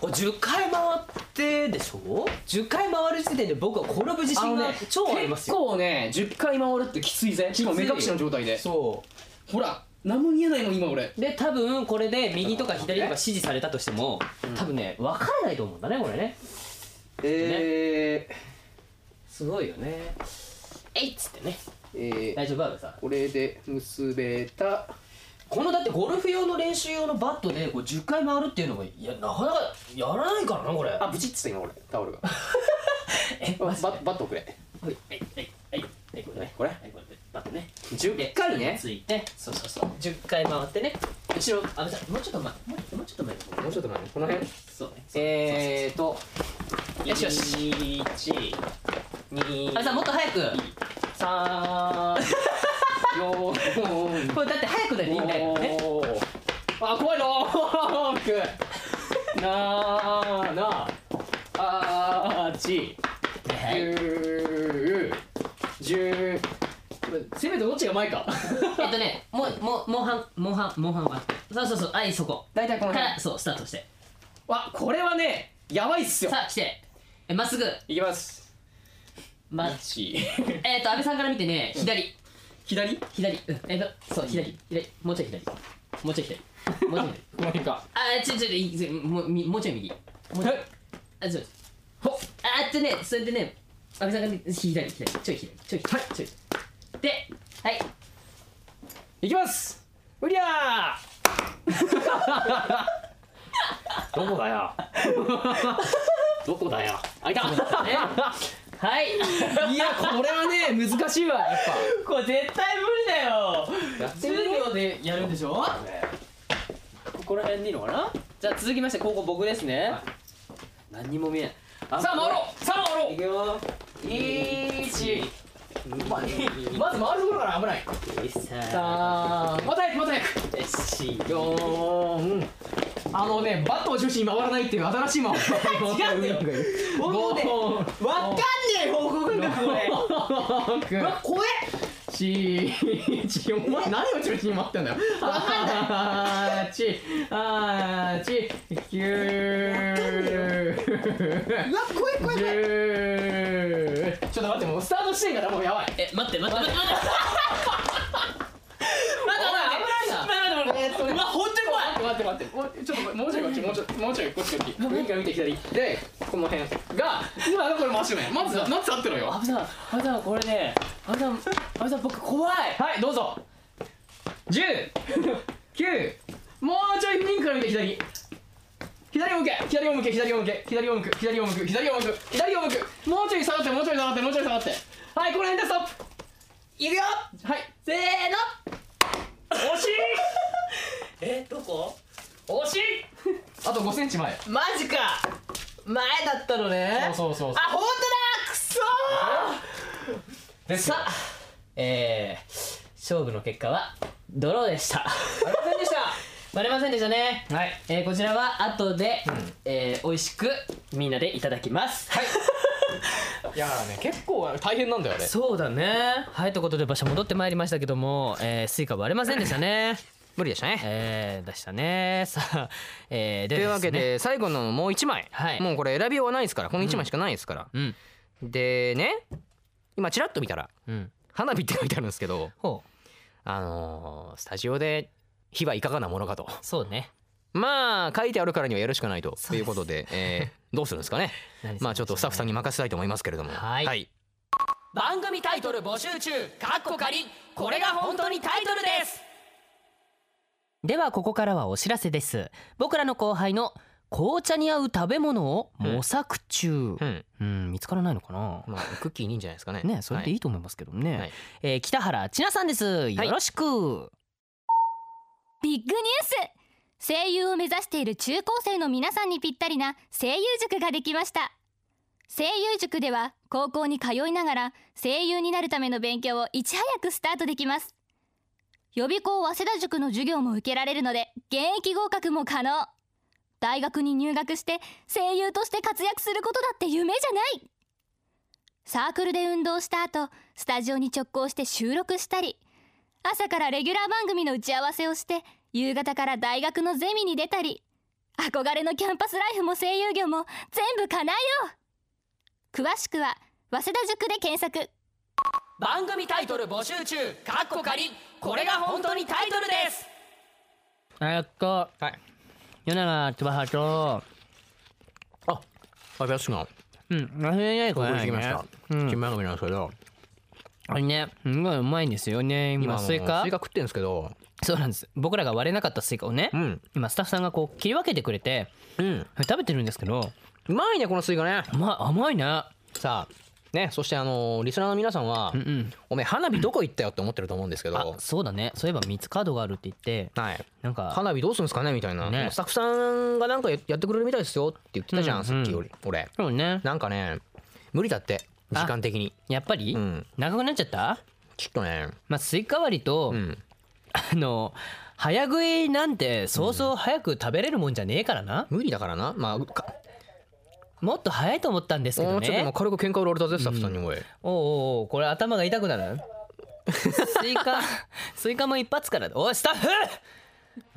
Speaker 2: これ10回回ってでしょ？10回回る時点で僕は転ぶ自信が超ありますよ。
Speaker 3: 結構ね10回回るってきついぜしかも目隠しの状態で
Speaker 2: そ
Speaker 3: ほら何も見えないもん今俺
Speaker 2: う。で多分これで右とか左とか指示されたとしても、多分ね分からないと思うんだねこれね。
Speaker 3: えー
Speaker 2: すごいよね。えいっつってね。
Speaker 3: えー
Speaker 2: 大丈夫バーブさん。
Speaker 3: これで結べた
Speaker 2: このだってゴルフ用の練習用のバットでこう10回回るっていうのもいやなかなかやらないからなこれ。
Speaker 3: あブチッつった今俺タオルが
Speaker 2: え
Speaker 3: バ
Speaker 2: マジで。
Speaker 3: ッバットくれ
Speaker 2: はいはいはいはいはいこれね
Speaker 3: これ
Speaker 2: はいこれバットね。
Speaker 3: 10回ね
Speaker 2: ついてそうそうそう10回回ってね後ろあぶさんもうちょっと前もうもうちょっと前
Speaker 3: もうちょっと待ってこの辺
Speaker 2: そうね
Speaker 3: えーと
Speaker 2: よしよし
Speaker 3: 一、二
Speaker 2: あれさもっと早く
Speaker 3: 三、四、
Speaker 2: これだって早くなりいいんだよね
Speaker 3: 五あ怖いの。六、七、八、九、十。せめてどっちが前か。
Speaker 2: えっとねもうもうもう半もう半もう半はそうそうそうはいそこ
Speaker 3: 大体この
Speaker 2: か
Speaker 3: 辺。
Speaker 2: らそうスタートして
Speaker 3: わこれはねやばいっすよ。
Speaker 2: さあ来てえまっすぐ
Speaker 3: いきます。
Speaker 2: ま
Speaker 3: 一、
Speaker 2: えっと安倍さんから見てね左
Speaker 3: 左？こ
Speaker 2: 左うんえっとそう左左もうちょい左もうちょい左もうちょい左
Speaker 3: の辺か。
Speaker 2: あちょちょいいもうみもうちょい右もうちょいあそうです
Speaker 3: ほっ
Speaker 2: あっとねそれでね安倍さんが見て左左ちょい左ちょい左ちょい左ではい
Speaker 3: いきますうりゃーどこだよどこだよあいた
Speaker 2: はい <laughs>
Speaker 3: いやこれはね難しいわやっ
Speaker 4: これ絶対無理だよ
Speaker 3: ぱやってみる
Speaker 4: 10秒でやるんでしょここら辺でいいのかなじゃあ続きましてここ僕ですね何にも見えんあ
Speaker 3: さあ回ろうさあ回ろ
Speaker 4: いくよ
Speaker 3: う1まず回るところから危ない
Speaker 4: さ
Speaker 3: また早くまた早く4あのねバットを中心に回らないっていう新しい魔法違うんだよ
Speaker 4: 本当ねわかんねえ報告だこれうわ怖え
Speaker 3: ちちお前何を中心に回ってんだよわかんないあーちあーちきゅー
Speaker 4: うわ怖え怖え
Speaker 3: じゅーちょっと待ってもうスタートしてんからもうやばい
Speaker 2: え待って待って待って待って
Speaker 4: まだまだ危ないな
Speaker 3: えっと
Speaker 4: うわ本当に怖い
Speaker 3: 待って待って待ってもうちょっともうちょいこっちもうちょいもうちょいこっちこっち上から見て左でこの辺が今のこれ真正面まずまず合ってろよ
Speaker 4: 安倍さん安倍さんこれね安倍さん安倍さん僕怖い
Speaker 3: はいどうぞ10 9もうちょいピンクから見て左左を向け左を向け左を向け左を向く左を向く左を向く左を向くもうちょい下がってもうちょい下がってもうちょい下がってはいこの辺でストップ
Speaker 4: いくよ
Speaker 3: はい
Speaker 4: せー
Speaker 3: 惜し
Speaker 4: のえどこ
Speaker 3: い惜しいあと5センチ前そ
Speaker 4: マジか前だったのね
Speaker 3: うそうそうそう
Speaker 4: あ本当だくそ
Speaker 3: ですよ
Speaker 2: さあえー、勝負の結果はドローでした
Speaker 4: ーありませんでした
Speaker 2: バレませんでしたね
Speaker 3: はい
Speaker 2: えー、こちらは後で、えー、美味しくみんなでいただきます <laughs> はい
Speaker 3: いやーね結構大変なんだよね
Speaker 2: そうだねはいということで場所戻ってまいりましたけども、えー、スイカ割れませんでした <laughs> ね
Speaker 3: 無理でしたね
Speaker 2: えー、でしたね <laughs> さあ、えー、で
Speaker 3: というわけ
Speaker 2: すね
Speaker 3: で最後のもう1枚、
Speaker 2: はい
Speaker 3: もうこれ選びようはないですからこの1枚しかないですから、
Speaker 2: うん
Speaker 3: でね今ちらっと見たら
Speaker 2: うん
Speaker 3: 「花火」って書いてあるんですけど
Speaker 2: ほう
Speaker 3: あのースタジオで火はいかがなものかと
Speaker 2: そうね
Speaker 3: まあ書いてあるからにはやるしかないとということで、え <laughs> ーどうするんですかねまあちょっとスタッフさん
Speaker 2: に
Speaker 3: に任せたいと思いますけれども
Speaker 2: はい番組タイトル募集中カッコ仮これが本当にタイトルですではここからはお知らせです僕らの後輩の紅茶に合う食べ物を模索中、うん
Speaker 3: うん
Speaker 2: 見つからないのかな
Speaker 3: まあクッキーにいいんじゃないですかね
Speaker 2: ねそれでい
Speaker 3: はい
Speaker 2: と思いますけどね、
Speaker 3: はい
Speaker 2: えー北原千奈さんですよろしく、
Speaker 5: ビッグニュース声優を目指している中高生の皆さんにぴったりな声優塾ができました声優塾では高校に通いながら声優になるための勉強をいち早くスタートできます予備校早稲田塾の授業も受けられるので現役合格も可能大学に入学して声優として活躍することだって夢じゃないサークルで運動した後スタジオに直行して収録したり朝からレギュラー番組の打ち合わせをして夕方から大学のゼミに出たり憧れのキャンパスライフも声優業も全部叶えよう詳しくは早稲田塾で検索
Speaker 2: 番組タイトル募集中カッコ仮これが本当にタイトルですえっと
Speaker 3: はい
Speaker 2: 米長翼と
Speaker 3: あ私が
Speaker 2: うん忘れないこ
Speaker 3: こ
Speaker 2: と
Speaker 3: こに
Speaker 2: な
Speaker 3: 来
Speaker 2: い
Speaker 3: まし
Speaker 2: ね
Speaker 3: た
Speaker 2: うん
Speaker 3: 新番組なんですけど
Speaker 2: あれねすごいうまいんですよね今
Speaker 3: あの
Speaker 2: スイカ
Speaker 3: スイカ食ってんですけど
Speaker 2: そうなんです僕らが割れなかったスイカをね、
Speaker 3: うん
Speaker 2: 今スタッフさんがこう切り分けてくれて
Speaker 3: うん
Speaker 2: 食べてるんですけど
Speaker 3: うまいねこのスイカね
Speaker 2: 甘い甘いね
Speaker 3: さあねそしてあのーリスナーの皆さんは、
Speaker 2: うんうん
Speaker 3: おめえ花火どこ行ったよって思ってると思うんですけ
Speaker 2: あ
Speaker 3: ど、
Speaker 2: そうだねそういえば3つカードがあるって言って
Speaker 3: はい、
Speaker 2: なんか
Speaker 3: 花火どうするんですかねみたいな、
Speaker 2: ね
Speaker 3: スタッフさんがなんかやってくれるみたいですよって言ってたじゃん、
Speaker 2: うん
Speaker 3: さっきより俺
Speaker 2: そうね
Speaker 3: なんかね無理だって
Speaker 2: あ
Speaker 3: 時間的に
Speaker 2: やっぱり、
Speaker 3: うん
Speaker 2: 長くなっちゃった
Speaker 3: ちょっとね
Speaker 2: まあスイカ割りと、
Speaker 3: うん
Speaker 2: あの早食いなんてそうそう早く食べれるもんじゃねえからな、
Speaker 3: 無理だからなまあか
Speaker 2: もっと早いと思ったんですけ
Speaker 3: も
Speaker 2: ど
Speaker 3: うちょっと今
Speaker 2: ね
Speaker 3: 軽く喧嘩売られたぜスタッフさんにお
Speaker 2: おうお
Speaker 3: い、
Speaker 2: うおうこれ頭が痛くなるスイカ <laughs> スイカも一発からおいスタッフ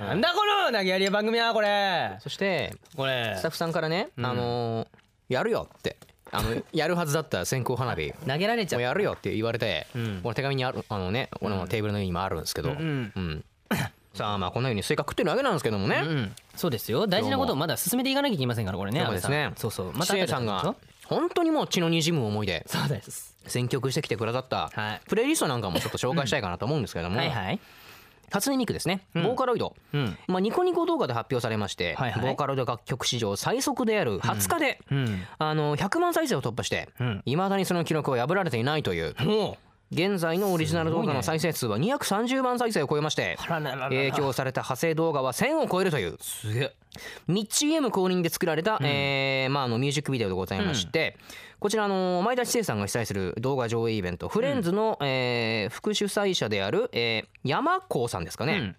Speaker 2: なんだこの投げやり番組はこれ
Speaker 3: そして
Speaker 2: これ
Speaker 3: スタッフさんからね、あのーやるよってあ <laughs> のやるはずだった線香花火
Speaker 2: 投げられちゃ
Speaker 3: もう
Speaker 2: う
Speaker 3: やるよって言われて、
Speaker 2: ん
Speaker 3: 俺手紙にあるあのね俺のテーブルの上に今あるんですけど、うん
Speaker 2: ん
Speaker 3: さあまあこんなようにスイカ食ってるわけなんですけどもね、
Speaker 2: うんそうですよ大事なことをまだ進めていかなきゃいけませんからこれね
Speaker 3: でもですね
Speaker 2: 安倍さんそうそう
Speaker 3: また
Speaker 2: 後で
Speaker 3: さんが本当にもう血のにじむ思いで
Speaker 2: そうです
Speaker 3: 選曲してきてくださった
Speaker 2: はい
Speaker 3: プレイリストなんかもちょっと紹介したいかなと思うんですけれども
Speaker 2: はいはい
Speaker 3: 初音ミクですねボーカロイド、
Speaker 2: うん
Speaker 3: まあ、ニコニコ動画で発表されまして、
Speaker 2: はいはい
Speaker 3: ボーカロイド楽曲史上最速である20日で、
Speaker 2: うん
Speaker 3: あの100万再生を突破して
Speaker 2: うん
Speaker 3: いま、未だにその記録を破られていないという
Speaker 2: も
Speaker 3: 現在のオリジナル動画の再生数は230万再生を超えまして
Speaker 2: あらららら
Speaker 3: 影響された派生動画は1000を超えるという
Speaker 2: うすげえ
Speaker 3: ミッチー M 公認で作られた、えーまあ、あのミュージックビデオでございまして、こちらあの前田知世さんが主催する動画上映イベント「フレンズの」えー副主催者である、えー山光さんですかね、
Speaker 2: うん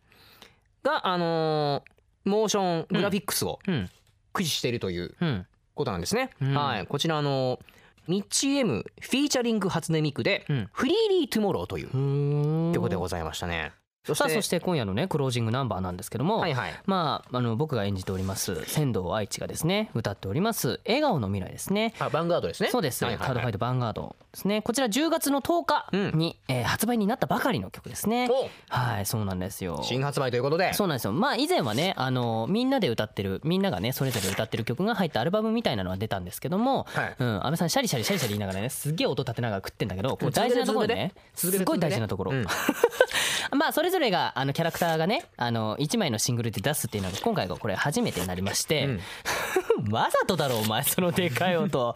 Speaker 3: が、あのーモーショングラフィックスを
Speaker 2: うん
Speaker 3: 駆使しているという
Speaker 2: うん
Speaker 3: ことなんですね。
Speaker 2: ん
Speaker 3: はい、こちらあのミッチー M フィーチャリング初音ミクで
Speaker 2: うん
Speaker 3: 「フリーリートゥモロー」という曲でございましたね。そ
Speaker 2: さあそして今夜のねクロージングナンバーなんですけども、
Speaker 3: はいはい
Speaker 2: まああの僕が演じております仙道愛知がですね歌っております「笑顔の未来」ですね。
Speaker 3: あバンガードですね。
Speaker 2: そうです、
Speaker 3: はいはいはい
Speaker 2: カードファイトヴァンガードですねこちら10月の10日に、えー発売になったばかりの曲ですね
Speaker 3: お
Speaker 2: はいそうなんですよ
Speaker 3: 新発売ということで
Speaker 2: そうなんですよまあ以前はねあのみんなで歌ってるみんながねそれぞれ歌ってる曲が入ったアルバムみたいなのは出たんですけども、
Speaker 3: はい
Speaker 2: うん、安倍さんシャリシャリシャリシャリ言いながらねすげえ音立てながら食ってんだけどこう
Speaker 3: 続
Speaker 2: 大
Speaker 3: けて
Speaker 2: 事なところね
Speaker 3: 続けて
Speaker 2: す
Speaker 3: 続けて
Speaker 2: ごい大事なところ、
Speaker 3: うん
Speaker 2: <laughs> まあそれぞれがあのキャラクターがねあの1枚のシングルで出すっていうのが今回がこれ初めてになりまして、 <laughs> わざとだろお前そのでかい
Speaker 3: <laughs>
Speaker 2: 音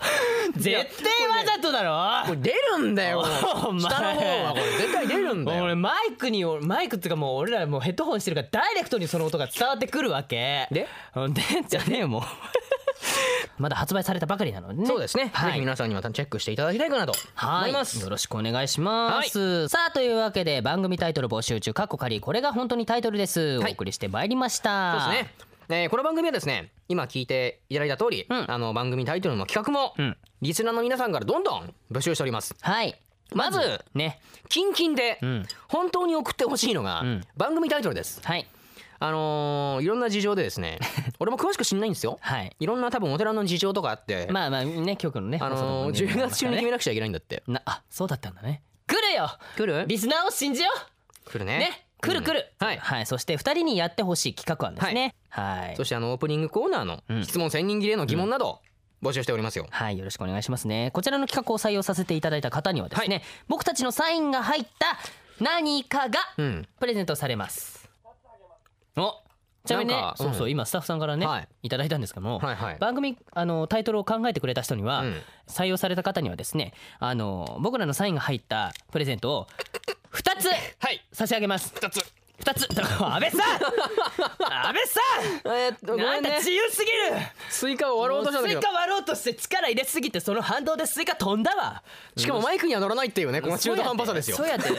Speaker 2: 絶対わざとだろ
Speaker 3: これ出るんだよ
Speaker 2: <laughs> お前
Speaker 3: 下の方はこれ絶対出るんだよ
Speaker 2: 俺マイクにマイクっていうかもう俺らもうヘッドホンしてるからダイレクトにその音が伝わってくるわけ
Speaker 3: で
Speaker 2: うんでじゃねえもう <laughs> まだ発売されたばかりなのでね
Speaker 3: そうですね、
Speaker 2: はい
Speaker 3: ぜひ皆さんにまたチェックしていただきたいかなと
Speaker 2: は
Speaker 3: 思い
Speaker 2: い
Speaker 3: ます
Speaker 2: よろしくお願いします、さあというわけで番組タイトル募集中かっこ仮これが本当にタイトルです、
Speaker 3: は
Speaker 2: お
Speaker 3: い
Speaker 2: 送りしてまいりました
Speaker 3: そうですねえーこの番組はですね今聞いていただいた通り、
Speaker 2: ん
Speaker 3: あの番組タイトルの企画も、
Speaker 2: ん
Speaker 3: リスナーの皆さんからどんどん募集しております
Speaker 2: はい
Speaker 3: まず
Speaker 2: ね
Speaker 3: キンキンで
Speaker 2: ん
Speaker 3: 本当に送ってほしいのが、
Speaker 2: ん
Speaker 3: 番組タイトルです
Speaker 2: はい
Speaker 3: あのーいろんな事情でです
Speaker 2: <laughs>
Speaker 3: ね俺も詳しく知んないんですよ
Speaker 2: はい
Speaker 3: いろんな多分お寺の事情とかあって、
Speaker 2: まあまあね曲のね
Speaker 3: あの
Speaker 2: 放
Speaker 3: ー
Speaker 2: 送とかも
Speaker 3: 10
Speaker 2: ね
Speaker 3: 月中に決めなくちゃいけないんだって
Speaker 2: なあそうだったんだね来るよ
Speaker 3: 来る
Speaker 2: リスナーを信じよう
Speaker 3: 来るね
Speaker 2: ね、くるくる、
Speaker 3: うんは
Speaker 2: はいい、そして二人にやってほしい企画案ですね。はい、
Speaker 3: そしてあのオープニングコーナーの
Speaker 2: うん
Speaker 3: 質問千人切れの疑問など募集しておりますよ。
Speaker 2: はい、よろしくお願いしますね。こちらの企画を採用させていただいた方にはですね、僕たちのサインが入った何かが
Speaker 3: うん。
Speaker 2: プレゼントされます。お、ちなみにね
Speaker 3: なんか、
Speaker 2: そうそう、
Speaker 3: うん
Speaker 2: 今スタッフさんからね、
Speaker 3: はい
Speaker 2: い、ただいたんですけども、
Speaker 3: はいはい。
Speaker 2: 番組あのタイトルを考えてくれた人には、
Speaker 3: うん
Speaker 2: 採用された方にはですね、あの僕らのサインが入ったプレゼントを二つ
Speaker 3: はい。
Speaker 2: 差し上げます。二つ。二つ。 <laughs> 安
Speaker 3: <laughs>
Speaker 2: 倍さん。安倍さん。
Speaker 3: えーっとご
Speaker 2: な
Speaker 3: め
Speaker 2: ん
Speaker 3: ん
Speaker 2: か
Speaker 3: ね。
Speaker 2: 自由すぎる
Speaker 3: スイカを割ろうとしたんだ
Speaker 2: ス
Speaker 3: け
Speaker 2: イ
Speaker 3: ど。
Speaker 2: カ割ろうとして力入れすぎてその反動でスイカ飛んだわ
Speaker 3: しかもマイクには乗らないっていうねこの中途半端さですよ
Speaker 2: そ。うやって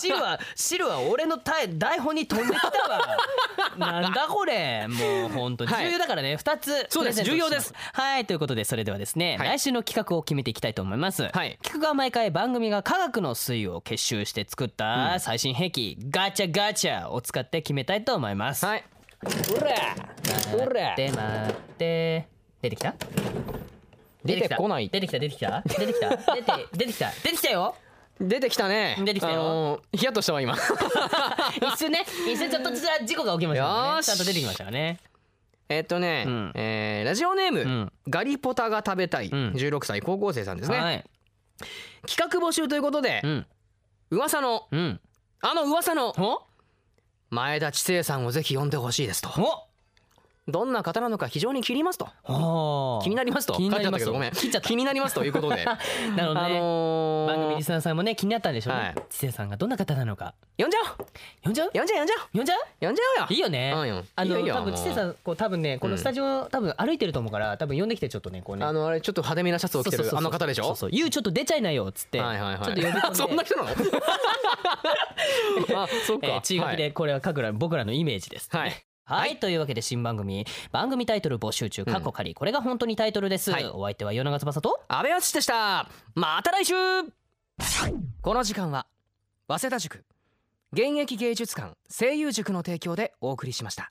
Speaker 2: 汁
Speaker 3: <laughs>
Speaker 2: は汁は俺のた台本に飛んできたわなんだこれもう本当に
Speaker 3: はい
Speaker 2: 重要だからね二つ
Speaker 3: そうで
Speaker 2: プ
Speaker 3: す
Speaker 2: レゼントします
Speaker 3: 重要です
Speaker 2: はいということでそれではですね、
Speaker 3: はい
Speaker 2: 来週の企画を決めていきたいと思います、
Speaker 3: はい
Speaker 2: 企画は毎回番組が科学の推移を結集して作った最新兵器、ガチャガチャを使って決めたいと思います、
Speaker 3: はい。ほら。ほら。
Speaker 2: で待って出てきた
Speaker 3: 出てこない
Speaker 2: 出てきた出てきた出てきた出て出てきた出てきたよ
Speaker 3: 出てきたね。
Speaker 2: 出てきたよ
Speaker 3: あのー。ヒヤッとした
Speaker 2: <laughs>
Speaker 3: わ今。
Speaker 2: 一瞬ね一瞬ちょっとした事故が起きましたから
Speaker 3: よ
Speaker 2: ね
Speaker 3: し
Speaker 2: ちゃんと出てきましたからね
Speaker 3: えーっとね
Speaker 2: うん。
Speaker 3: えーラジオネーム
Speaker 2: ん
Speaker 3: ガリポタが食べたい
Speaker 2: ん
Speaker 3: 16歳高校生さんです
Speaker 2: は
Speaker 3: ね。
Speaker 2: い
Speaker 3: 企画募集ということで
Speaker 2: うん
Speaker 3: 噂の
Speaker 2: うん
Speaker 3: あの噂の
Speaker 2: お
Speaker 3: 前田知世さんをぜひ呼んでほしいですと。
Speaker 2: お
Speaker 3: どんな方なのか非常に気になりますと
Speaker 2: おー
Speaker 3: 気になりますと
Speaker 2: 気になります
Speaker 3: 書いてあったけどごめん
Speaker 2: 切っちゃった
Speaker 3: 気になりますということ
Speaker 2: <laughs>
Speaker 3: で
Speaker 2: なので、
Speaker 3: あのー
Speaker 2: 番組リスナーさんもね気になったんでしょうね、
Speaker 3: はい
Speaker 2: 知性さんがどんな方なのか
Speaker 3: 呼んじゃおう
Speaker 2: 呼んじゃう
Speaker 3: 呼んじゃう呼んじゃ
Speaker 2: 呼んじゃう
Speaker 3: う呼んじゃおうよ
Speaker 2: いいよね、
Speaker 3: うんよ
Speaker 2: あの
Speaker 3: いいよ
Speaker 2: 多分
Speaker 3: もう
Speaker 2: 知性さんこう多分ねこのスタジオ、多分歩いてると思うから多分呼んできてちょっとねこうね
Speaker 3: あのあれちょっと派手めなシャツを着て
Speaker 2: そうそうそう
Speaker 3: る
Speaker 2: そう
Speaker 3: あの方でしょ
Speaker 2: そうそう「ゆうちょっと出ちゃいなよ」っつって、
Speaker 3: はいはい
Speaker 2: ちょっと呼び込ん
Speaker 3: はい
Speaker 2: で
Speaker 3: <laughs> そんな人
Speaker 2: <laughs>
Speaker 3: なのあそっ <laughs>
Speaker 2: えー、
Speaker 3: か
Speaker 2: 注目でこれは各ら僕らのイメージです、
Speaker 3: はい
Speaker 2: はい、というわけで新番組番組タイトル募集中過去仮、これが本当にタイトルです、
Speaker 3: はい
Speaker 2: お相手は与永翼と
Speaker 3: 安倍淳でしたまた来週この時間は早稲田塾現役芸術館声優塾の提供でお送りしました